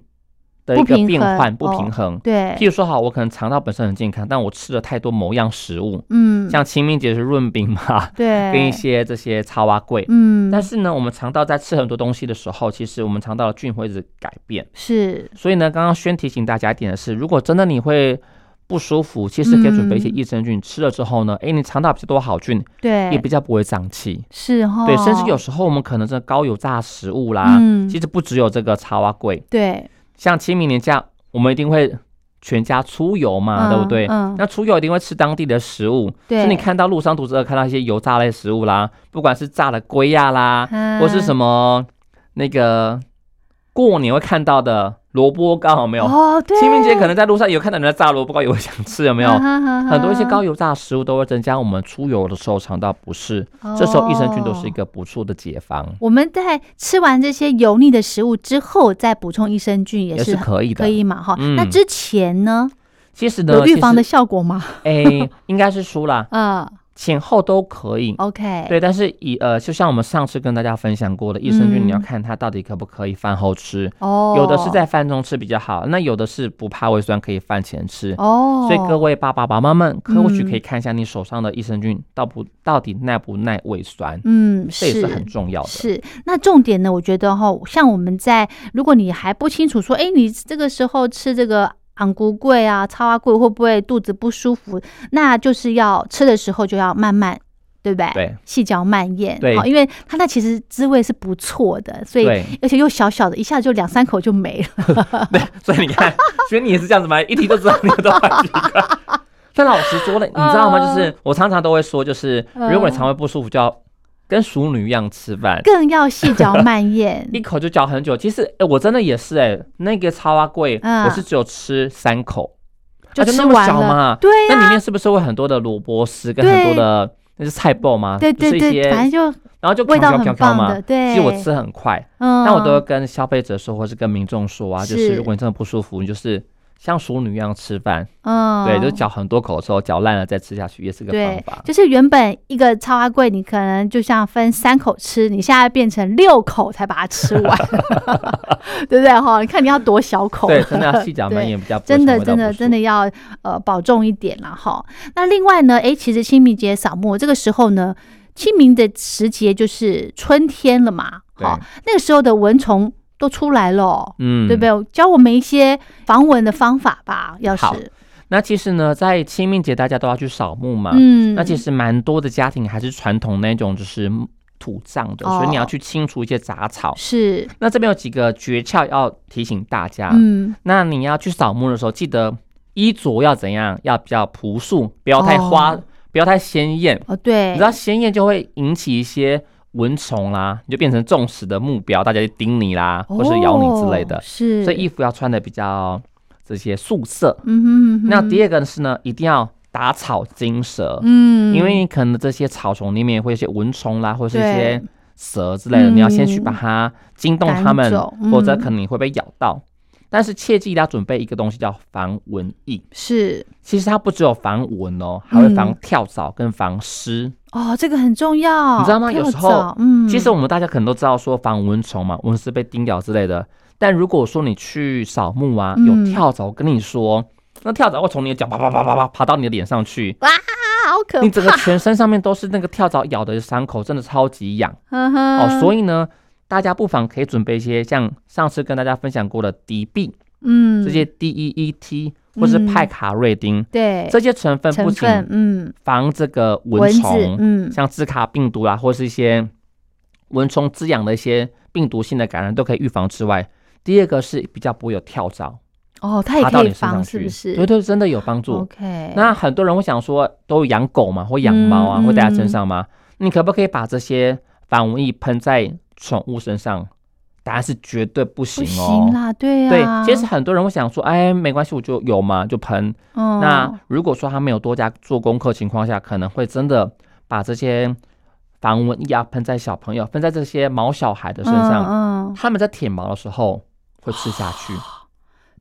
C: 的一个
B: 不平衡
C: 变换不
B: 哦
C: 平衡。
B: 对，
C: 譬如说，好，我可能肠道本身很健康，但我吃了太多某样食物，
B: 嗯，
C: 像清明节是润饼嘛，
B: 对，
C: 跟一些这些草蛙桂。
B: 哎嗯，
C: 但是呢，我们肠道在吃很多东西的时候，其实我们肠道的菌会一直改变。
B: 是
C: 所以呢，刚刚轩提醒大家一点的是，如果真的你会不舒服，其实可以准备一些
B: 嗯
C: 益生菌，吃了之后呢，诶，你肠道比较多好菌，也
B: 对
C: 比，较不会胀气。
B: 是哈，
C: 对，甚至有时候我们可能这高油炸食物啦，
B: 嗯
C: 其实不只有这个茶花桂，
B: 对，
C: 像清明年假，我们一定会全家出游嘛，
B: 嗯
C: 啊对不对？
B: 嗯
C: 那出游一定会吃当地的食物，
B: 对
C: 所以你看到路上肚子饿，看到一些油炸类食物啦，不管是炸的啊
B: 嗯
C: 龟呀啦，或是什
B: 么
C: 么那个过年会看到的萝卜糕，有没有？
B: 哦，对，嗯
C: 清明节可能在路上有看到人家炸萝卜糕，有想吃，有没有？很
B: 很
C: 多一些高油炸食物都会增加我们出油的时候肠道不适，
B: 哦
C: 这时候益生菌都是一个不错的解方，
B: 我们在吃完这些油腻的食物之后，再补充益生菌也
C: 也是
B: 是
C: 可以的。
B: 可以嘛？哈、
C: 嗯
B: 那之前呢，
C: 其实呢，
B: 有预防的
C: 其实，
B: 效果吗？ [laughs]
C: 哎，应该是说啦，
B: 嗯
C: 前后都可以。
B: ，OK，
C: 对，但是以呃，就像我们上次跟大家分享过的，益生菌
B: 嗯
C: 你要看它到底可不可以饭后吃，
B: 哦，
C: 有的是在饭中吃比较好，那有的是不怕胃酸可以饭前吃。
B: 哦，
C: 所以各位爸爸妈妈们，
B: 嗯
C: 或许可以看一下你手上的益生菌到不到底耐不耐胃酸，
B: 嗯，
C: 这也是
B: 是
C: 很重要的。
B: 是，那重点呢？我觉得哈，像我们在，如果你还不清楚说，哎，你这个时候吃这个昂菇桂啊、超阿桂会不会肚子不舒服？那就是要吃的时候就要慢慢，对不对？
C: 对
B: 细嚼慢咽。哦
C: 对
B: 好因为它那其实滋味是不错的，所以
C: 对
B: 而且又小小的，一下就两三口就没了。 [laughs]
C: 对，所以你看，所以你也是这样子吗？一提就知道你都很奇怪。
B: [laughs]
C: 但老实说了，你知道吗？
B: 哦
C: 就是我常常都会说，就是如果你肠胃不舒服，就要跟熟女一样吃饭，。
B: 更要细嚼慢
C: [laughs]
B: 咽
C: 一口就嚼很久。其实，哎、我真的也是、哎，那个超阿贵，
B: 嗯
C: 我是只有吃三口，
B: 就
C: 啊那
B: 吃
C: 么
B: 完
C: 小
B: 了
C: 嘛。
B: 对呀、
C: 那里面是不是会很多的萝卜丝跟很多的那是菜爆吗？
B: 对
C: 就是
B: 对
C: 一
B: 对，
C: 些
B: 反正就
C: 然后就
B: 味道
C: 飘飘
B: 很
C: 飘飘
B: 棒
C: 嘛
B: 的。。对，
C: 其实我吃很快，
B: 嗯，
C: 那我都会跟消费者说，或是跟民众说啊，就是
B: 是
C: 如果你真的不舒服，你就是像熟女一样吃饭，
B: 嗯，
C: 对，就嚼很多口之后嚼烂了再吃下去，也是个方
B: 对
C: 法，。
B: 就是原本一个超阿贵，你可能就像分三口吃，你现在变成六口才把它吃
C: [laughs]
B: 完，对不对哈？你看你要多小口，
C: 对，真的要细
B: [laughs]
C: 嚼慢咽，比较不会
B: 真的
C: 肠胃道
B: 真的
C: 不舒
B: 真的
C: 服
B: 要呃保重一点了哈。那另外呢，诶，其实清明节扫墓这个时候呢，清明的时节就是春天了嘛，
C: 对
B: 哈，那个时候的蚊虫都出来了哦、
C: 嗯，
B: 对不？对？教我们一些防蚊的方法吧，要
C: 好
B: 是
C: 那其实呢，在清明节大家都要去扫墓嘛，
B: 嗯，
C: 那其实蛮多的家庭还是传统那种就是土葬的，所以你要
B: 哦
C: 去清除一些杂草。
B: 是
C: 那这边有几个诀窍要提醒大家。
B: 嗯，
C: 那你要去扫墓的时候，记得衣着要怎样？要比较朴素，不要太花，
B: 哦
C: 不要太鲜艳。
B: 哦对，
C: 你知道鲜艳就会引起一些蚊虫啦，你就变成众矢的目标，大家就叮你啦，或是咬你之类的
B: 哦。是，
C: 所以衣服要穿的比较这些素色。
B: 嗯哼嗯哼，
C: 那第二个是呢，一定要打草惊蛇，
B: 嗯，
C: 因为可能这些草丛里面会有一些蚊虫啦，或是一些
B: 对
C: 蛇之类的，
B: 嗯
C: 你要先去把它惊动它们
B: 赶走，嗯
C: 否则可能你会被咬到。但是切记要准备一个东西叫防蚊液，
B: 是
C: 其实它不只有防蚊哦，还会防
B: 嗯
C: 跳蚤跟防虱。
B: 哦，这个很重要，
C: 你知道吗
B: 跳
C: 有时候
B: 蚤嗯，
C: 其实我们大家可能都知道说防蚊虫嘛，蚊丝被叮咬之类的。但如果说你去扫墓啊，有
B: 嗯
C: 跳蚤，我跟你说，那跳蚤会从你的脚啪啪啪啪啪爬到你的脸上去，
B: 啊，好可
C: 你整个全身上面都是那个跳蚤咬的伤口，真的超级痒。
B: 怕
C: 哦，所
B: 以
C: 以呢，大家不妨可以准备一些像上次跟大家分享过的迪碧
B: 嗯，
C: 这些 D E E T 或是派卡瑞丁、
B: 对
C: 这些成分，不
B: 成
C: 仅
B: 分，嗯，
C: 防这个蚊
B: 蚊子
C: 虫，，
B: 嗯，
C: 像兹卡病毒啊啦，或是一些蚊虫滋养的一些病毒性的感染都可以预防之外，第二个是比较不会有跳蚤
B: 哦，它也
C: 爬到
B: 可
C: 你
B: 以
C: 身上
B: 防，
C: 去，
B: 是不是？
C: 对对，真的有帮助。
B: ，OK，
C: 那很多人会想说，都养狗嘛，或养猫啊，
B: 哎嗯
C: 会带在身上吗？你可不可以把这些防蚊液喷在宠物身上？答案是绝对不行
B: 不行
C: 哦。
B: 啦，对
C: 对
B: 啊，，
C: 其实很多人会想说，哎，没关系，我就有嘛，就喷。
B: 嗯，
C: 那如果说他没有多加做功课情况下，可能会真的把这些防蚊液啊喷在小朋友，喷在这些毛小孩的身上。
B: 嗯，哦嗯
C: 他们在舔毛的时候会吃下去，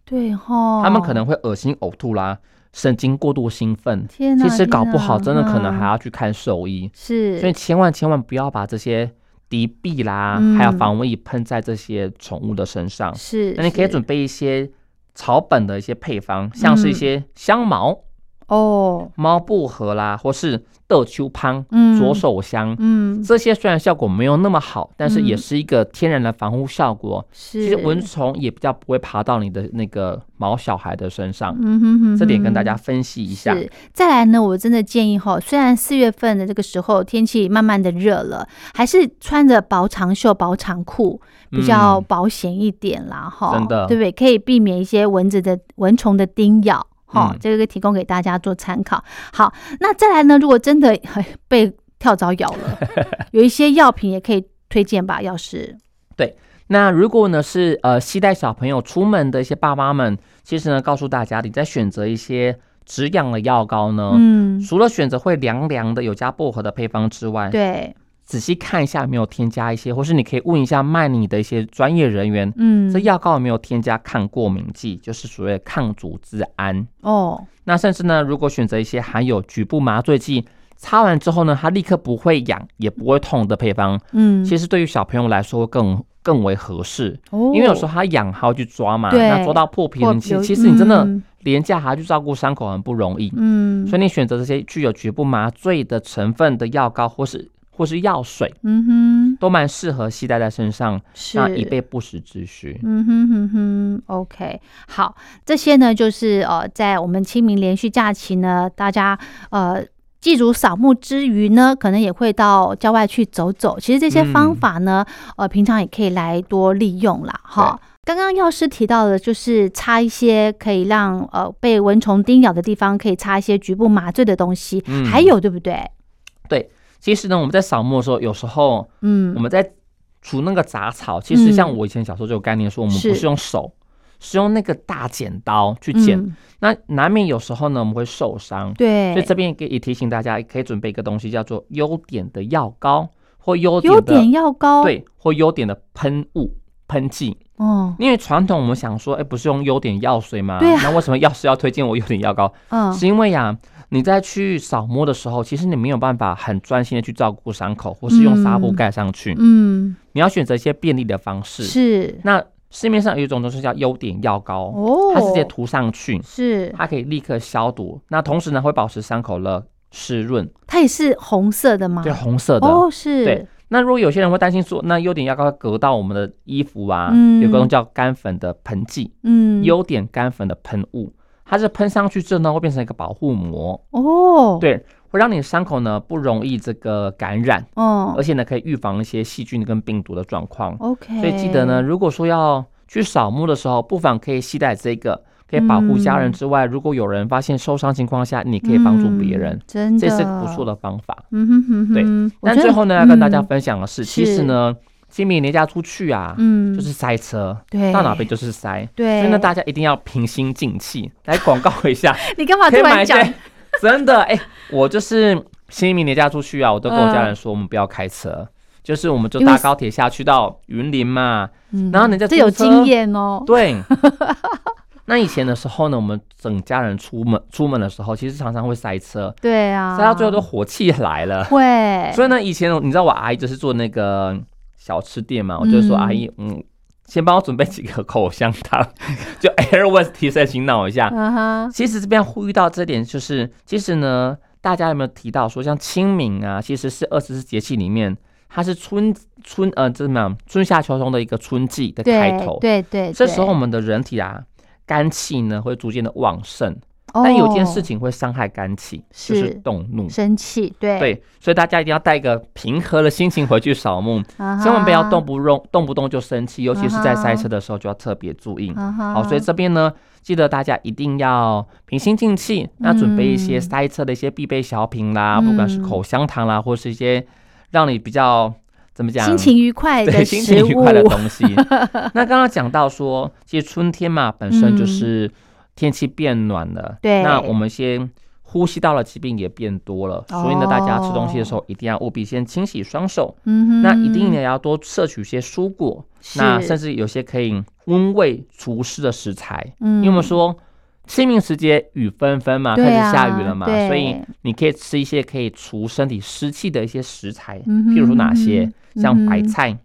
B: 对哈，
C: 他们可能会恶心、呕吐啦，神经过度兴奋，
B: 天哪，
C: 其实搞
B: 天
C: 不好
B: 哪
C: 真的可能
B: 啊嗯
C: 还要去看兽医，
B: 是，
C: 所以千万千万不要把这些敌避啦，
B: 嗯
C: 还有防蚊液喷在这些宠物的身上。
B: 是，
C: 那你可以
B: 是
C: 准备一些草本的一些配方，像是一
B: 嗯
C: 些香茅、
B: 哦，
C: 猫薄荷啦，或是豆秋汤、
B: 嗯，
C: 左，手香。
B: 嗯，
C: 这些虽然效果没有那么好，但是也
B: 嗯
C: 是一个天然的防护效果。
B: 是，
C: 其实蚊虫也比较不会爬到你的那个毛小孩的身上，
B: 嗯哼哼，
C: 这点跟大家分析一下。
B: 是，再来呢，我真的建议哈，虽然四月份的这个时候天气慢慢的热了，还是穿着薄长袖、薄长裤比较
C: 嗯
B: 保险一点啦，哈、
C: 真的
B: 对不对？可以避免一些蚊子的蚊虫的叮咬。哈、
C: 嗯
B: 这个提供给大家做参考。好，那再来呢？如果真的 [laughs] 被跳蚤咬了，有一些药品也可以推荐吧，要是
C: 那如果呢是呃期待小朋友出门的一些爸妈们，其实呢告诉大家，你在选择一些止痒的药膏呢，
B: 嗯，
C: 除了选择会凉凉的有加薄荷的配方之外，
B: 对，
C: 仔细看一下有没有添加一些，或是你可以问一下卖你的一些专业人员，
B: 嗯，
C: 这药膏有没有添加抗过敏剂，就是所谓的抗组织胺。
B: 哦，
C: 那甚至呢，如果选择一些含有局部麻醉剂，擦完之后呢，它立刻不会痒也不会痛的配方，
B: 嗯，
C: 其实对于小朋友来说更更为合适，
B: 哦
C: 因为有时候他痒还要去抓嘛，
B: 对
C: 那抓到破皮
B: 或
C: 了，其
B: 有
C: 其实你真的
B: 嗯
C: 廉价还要去照顾伤口很不容易，
B: 嗯
C: 所以你选择这些具有局部麻醉的成分的药膏或是或是药水，
B: 嗯
C: 都蛮适合携带在身上，
B: 哼，是
C: 那以备不时之需。
B: 嗯哼哼哼，OK，好，这些呢就是呃，在我们清明连续假期呢，大家呃。祭祖扫墓之余呢，可能也会到郊外去走走。其实这些方
C: 嗯
B: 法呢，呃，平常也可以来多利用啦，哈。刚刚药师提到的，就是擦一些可以让呃被蚊虫叮咬的地方，可以擦一些局部麻醉的东西，
C: 嗯
B: 还有对不对？
C: 其实呢，我们在扫墓的时候，有时候
B: 嗯
C: 我，们在除那个杂草，其实像
B: 嗯
C: 我以前小时候就有概念说，我们
B: 是
C: 不是用手，是用那个大剪刀去剪，
B: 嗯
C: 那难免有时候呢我们会受伤。所以
B: 对，
C: 这边也可以提醒大家，可以准备一个东西叫做优点的药膏或优点
B: 优
C: 的
B: 点药膏，，
C: 对或优点的喷雾喷剂。
B: 哦，
C: 因为传统我们想说，哎、不是用优点药水吗？
B: 对啊
C: 那为什么药师要推荐我优点药膏？
B: [laughs] 嗯，
C: 是因为呀、你在去扫摸的时候，其实你没有办法很专心的去照顾伤口，或是用纱布
B: 嗯
C: 盖上去。
B: 嗯，
C: 你要选择一些便利的方式。
B: 是，
C: 那市面上有一种就是叫优点药膏，
B: 哦，
C: 它直接涂上去，
B: 是，
C: 它可以立刻消毒。那同时呢，会保持伤口的湿润，
B: 它也是红色的吗？
C: 对，红色的。
B: 哦，是，
C: 对，那如果有些人会担心说，那优点药膏会隔到我们的衣服啊，
B: 嗯
C: 有个东西叫干粉的喷剂，
B: 嗯，
C: 优点干粉的喷雾，它是喷上去之后呢，会变成一个保护膜，
B: 哦，，
C: 对，会让你的伤口呢不容易这个感染，
B: 哦
C: 而且呢可以预防一些细菌跟病毒的状况。
B: ，OK，
C: 所以记
B: 哎
C: 得呢，，如果说要去扫墓的时候，不妨可以携带这个，可以保护家人
B: 嗯
C: 之外，如果有人发现受伤情况下，你可以帮助别人
B: 嗯，，真的，
C: 这是不错，的方法。
B: 嗯哼哼哼，
C: 对
B: 我
C: 但
B: 觉得
C: 最后呢，要跟大家
B: 嗯
C: 分享的是，其实
B: 是
C: 呢，清明年假出去啊，
B: 嗯，
C: 就是塞车，
B: 对，
C: 到哪边就是塞。所
B: 对，
C: 以呢，大家一定要平心静气。
B: [laughs]
C: 来广告一下，
B: 你干嘛啊突
C: 可以买
B: 然
C: 一
B: 讲？
C: 些。 [laughs] 真的，哎、我就是清明年假出去啊，我都跟我家人说，我们不要开车，就是我们就
B: 嗯因为
C: 搭高铁下去到云林嘛。
B: 嗯
C: 然后人家
B: 这
C: 租
B: 有
C: 车
B: 经验哦，
C: 对。 [laughs] 那以前的时候呢，我们整家人出门出门的时候，其实常常会塞车，
B: 对啊，
C: 塞到最后都火气来了。
B: 会，
C: 所以呢，以前你知道我阿姨就是做那个小吃店嘛，我就说
B: 嗯
C: 阿姨，嗯，先帮我准备几个口香糖， [laughs] 就 air 问题再醒脑一下。
B: 嗯哼，
C: 其实这边呼吁到这点，就是其实呢，大家有没有提到说，像清明啊，其实是二十四节气里面，它是春春呃，这怎么样，春夏秋冬的一个春季的
B: 对
C: 开头。
B: 对对，
C: 这
B: 对
C: 时候我们的人体啊，肝气呢会逐渐的旺盛，但有件事
B: 哦
C: 情会伤害肝气，
B: 是
C: 就是动怒。
B: 生气，对，
C: 对，所以大家一定要带一个平和的心情回去扫墓，
B: 啊哈
C: 千万不要动，不动动不动就生气，尤其是在塞
B: 啊哈
C: 车的时候就要特别注意。
B: 啊哈
C: 好，所以这边呢，记得大家一定要平心静气，那准备一些塞车的一些必备小品啦，
B: 嗯
C: 不管是口香糖啦，或是一些让你比较怎么讲
B: 心情愉快
C: 对
B: 的
C: 心情愉
B: 哎食
C: 快的
B: 物
C: 东
B: [laughs]
C: 西。那刚刚讲到说，其实春天嘛，本身就是天气变暖了，
B: 嗯对
C: 那我们先。呼吸道的疾病也变多了，
B: 哦
C: 所以呢，大家吃东西的时候一定要务必先清洗双手，
B: 嗯哼，
C: 那一定也要多摄取一些蔬果，那
B: 是
C: 甚至有些可以温胃除湿的食材。
B: 嗯
C: 因为我们说清明时节雨纷纷嘛，
B: 对
C: 开始
B: 啊
C: 下雨了嘛，
B: 对
C: 所以你可以吃一些可以除身体湿气的一些食材，
B: 嗯哼
C: 譬如说哪些
B: 嗯，哼
C: 像白菜、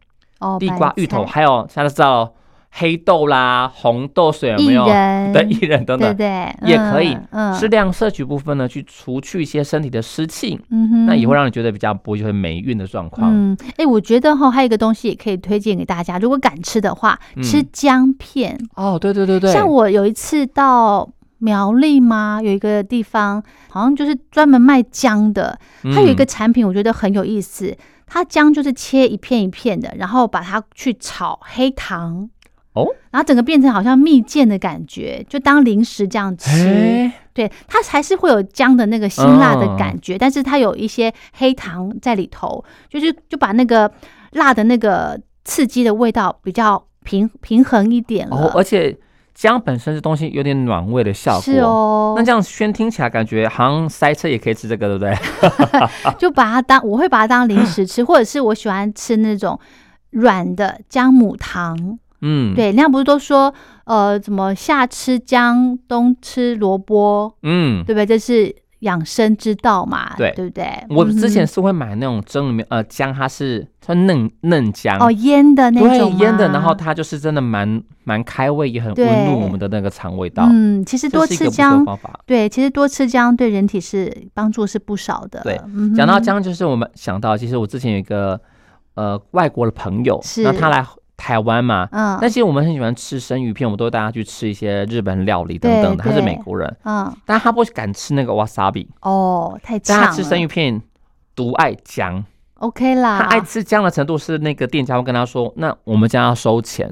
B: 哦，
C: 地瓜
B: 白、
C: 芋头，
B: 菜、
C: 还有像大家知道黑豆啦、红豆水有没
B: 薏
C: 有？[laughs]
B: 仁，
C: 对，薏仁等
B: 对
C: 等，
B: 对，
C: 也可以
B: 嗯嗯，
C: 适量摄取部分呢，去除去一些身体的湿气，
B: 嗯哼，
C: 那也会让你觉得比较不会霉运的状况。
B: 嗯，哎、我觉得哈，还有一个东西也可以推荐给大家，如果敢吃的话，吃
C: 嗯
B: 姜片。
C: 哦，对对对对，
B: 像我有一次到苗栗嘛，有一个地方好像就是专门卖姜的，
C: 嗯
B: 它有一个产品，我觉得很有意思。它姜就是切一片一片的，然后把它去炒黑糖，
C: 哦，
B: 然后整个变成好像蜜饯的感觉，就当零食这样吃。
C: 哎，
B: 对，它还是会有姜的那个辛辣的感
C: 哦
B: 觉，但是它有一些黑糖在里头，就是就把那个辣的那个刺激的味道比较平平衡一点了。
C: 哦，而且姜本身这东西有点暖胃的效果。
B: 是哦
C: 那，这样宣听起来感觉好像塞车也可以吃这个，对不对？
B: [laughs] 就把它当我会把它当零
C: [laughs]
B: 食吃，或者是我喜欢吃那种软的姜母糖。
C: 嗯，，
B: 对，人家不是都说呃，怎么夏吃姜，冬吃萝卜，
C: 嗯，
B: 对不对？这是养生之道嘛，
C: 对
B: 对不对？
C: 我
B: 嗯哼
C: 之前是会买那种蒸里面呃姜，它是它嫩嫩姜
B: 哦腌的那
C: 对
B: 种吗
C: 腌的，然后它就是真的蛮蛮开胃，也很
B: 对
C: 温润我们的那个肠胃道。
B: 嗯，其实
C: 这
B: 多
C: 是一个
B: 吃
C: 不错的
B: 姜，
C: 方法。
B: 对，其实多吃姜对人体是帮助是不少的。
C: 对
B: 嗯哼
C: 讲到姜，就是我们想到，其实我之前有一个呃外国的朋友，
B: 是
C: 那他来台湾嘛，
B: 嗯
C: 那其实我们很喜欢吃生鱼片，我们都会带他去吃一些日本料理等等的。
B: 对
C: 他是
B: 对
C: 美国人，
B: 嗯
C: 但他不敢吃那个 wasabi，
B: 哦，太呛
C: 但他
B: 了。
C: 吃生鱼片独爱姜，
B: OK
C: 他
B: 啦，
C: [laughs] 爱吃姜的程度是那个店家会跟他说，那我们将要收钱，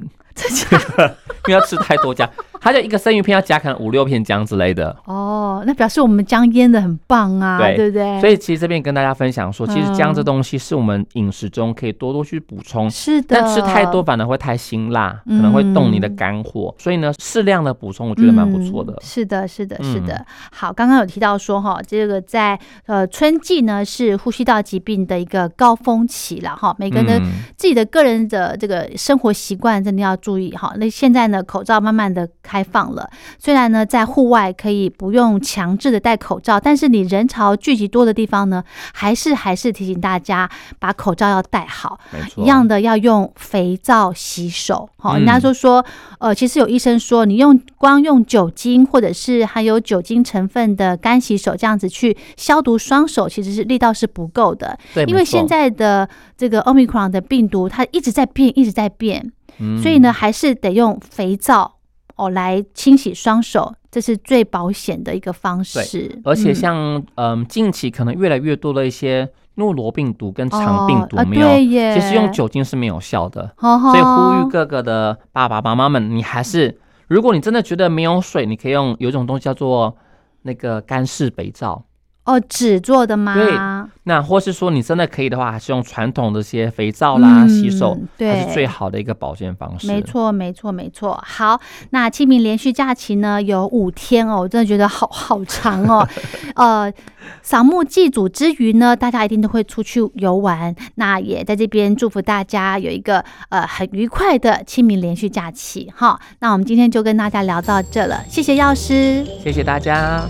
C: 因为要吃太多姜， [laughs] 他就一个生鱼片要加可能五六片姜之类的。
B: [laughs] 哦，那表示我们姜腌的很棒啊，
C: 对
B: 不对？
C: 所以其实这边跟大家分享说，其实姜这
B: 嗯
C: 东西是我们饮食中可以多多去补充
B: 是的，
C: 但吃太多反而会太辛辣，可能会动你的肝火，所以呢，适量的补充我觉得蛮不错的
B: 嗯。是的，是的，
C: 嗯
B: 是的。好，刚刚有提到说哈，这个在呃春季呢是呼吸道疾病的一个高峰期了哈，每个人的
C: 嗯
B: 自己的个人的这个生活习惯真的要注意哈。那现在呢，口罩慢慢的开放了，虽然呢在户外可以不用强制的戴口罩，但是你人潮聚集多的地方呢，还是还是提醒大家把口罩要戴好。
C: 没错，
B: 一样的要用肥皂洗手，好、
C: 嗯
B: 人家就说，呃，其实有医生说，你用光用酒精或者是含有酒精成分的干洗手这样子去消毒双手，其实是力道是不够的，
C: 对，
B: 因
C: 没
B: 为
C: 错
B: 现，在的这个 omicron 的病毒它一直在变，一直在变，
C: 嗯
B: 所以呢，，还是得用肥皂哦来清洗双手，这是最保险的一个方式。
C: 而且
B: 嗯
C: 像嗯，近期可能越来越多的一些诺罗病毒跟肠病毒
B: 哦啊
C: 没有，
B: 对耶，哦
C: 其实用酒精是没有效的，
B: 呵呵，
C: 所以呼吁各个的爸爸妈妈们，你还是如果你真的觉得没有水，你可以用有一种东西叫做那个干式肥皂。
B: 哦纸做的吗？
C: 对那或是说你真的可以的话，还是用传统的一些肥皂啦、
B: 嗯
C: 洗手，它
B: 对
C: 是最好的一个保健方式。
B: 没，错，没错，没错。好，那清明连续假期呢有五天哦，我真的觉得好好长
C: [laughs]
B: 哦。呃，扫墓祭祖之余呢，大家一定都会出去游玩。那也在这边祝福大家有一个呃很愉快的清明连续假期哈。那我们今天就跟大家聊到这了，谢谢药师。
C: 谢谢大家，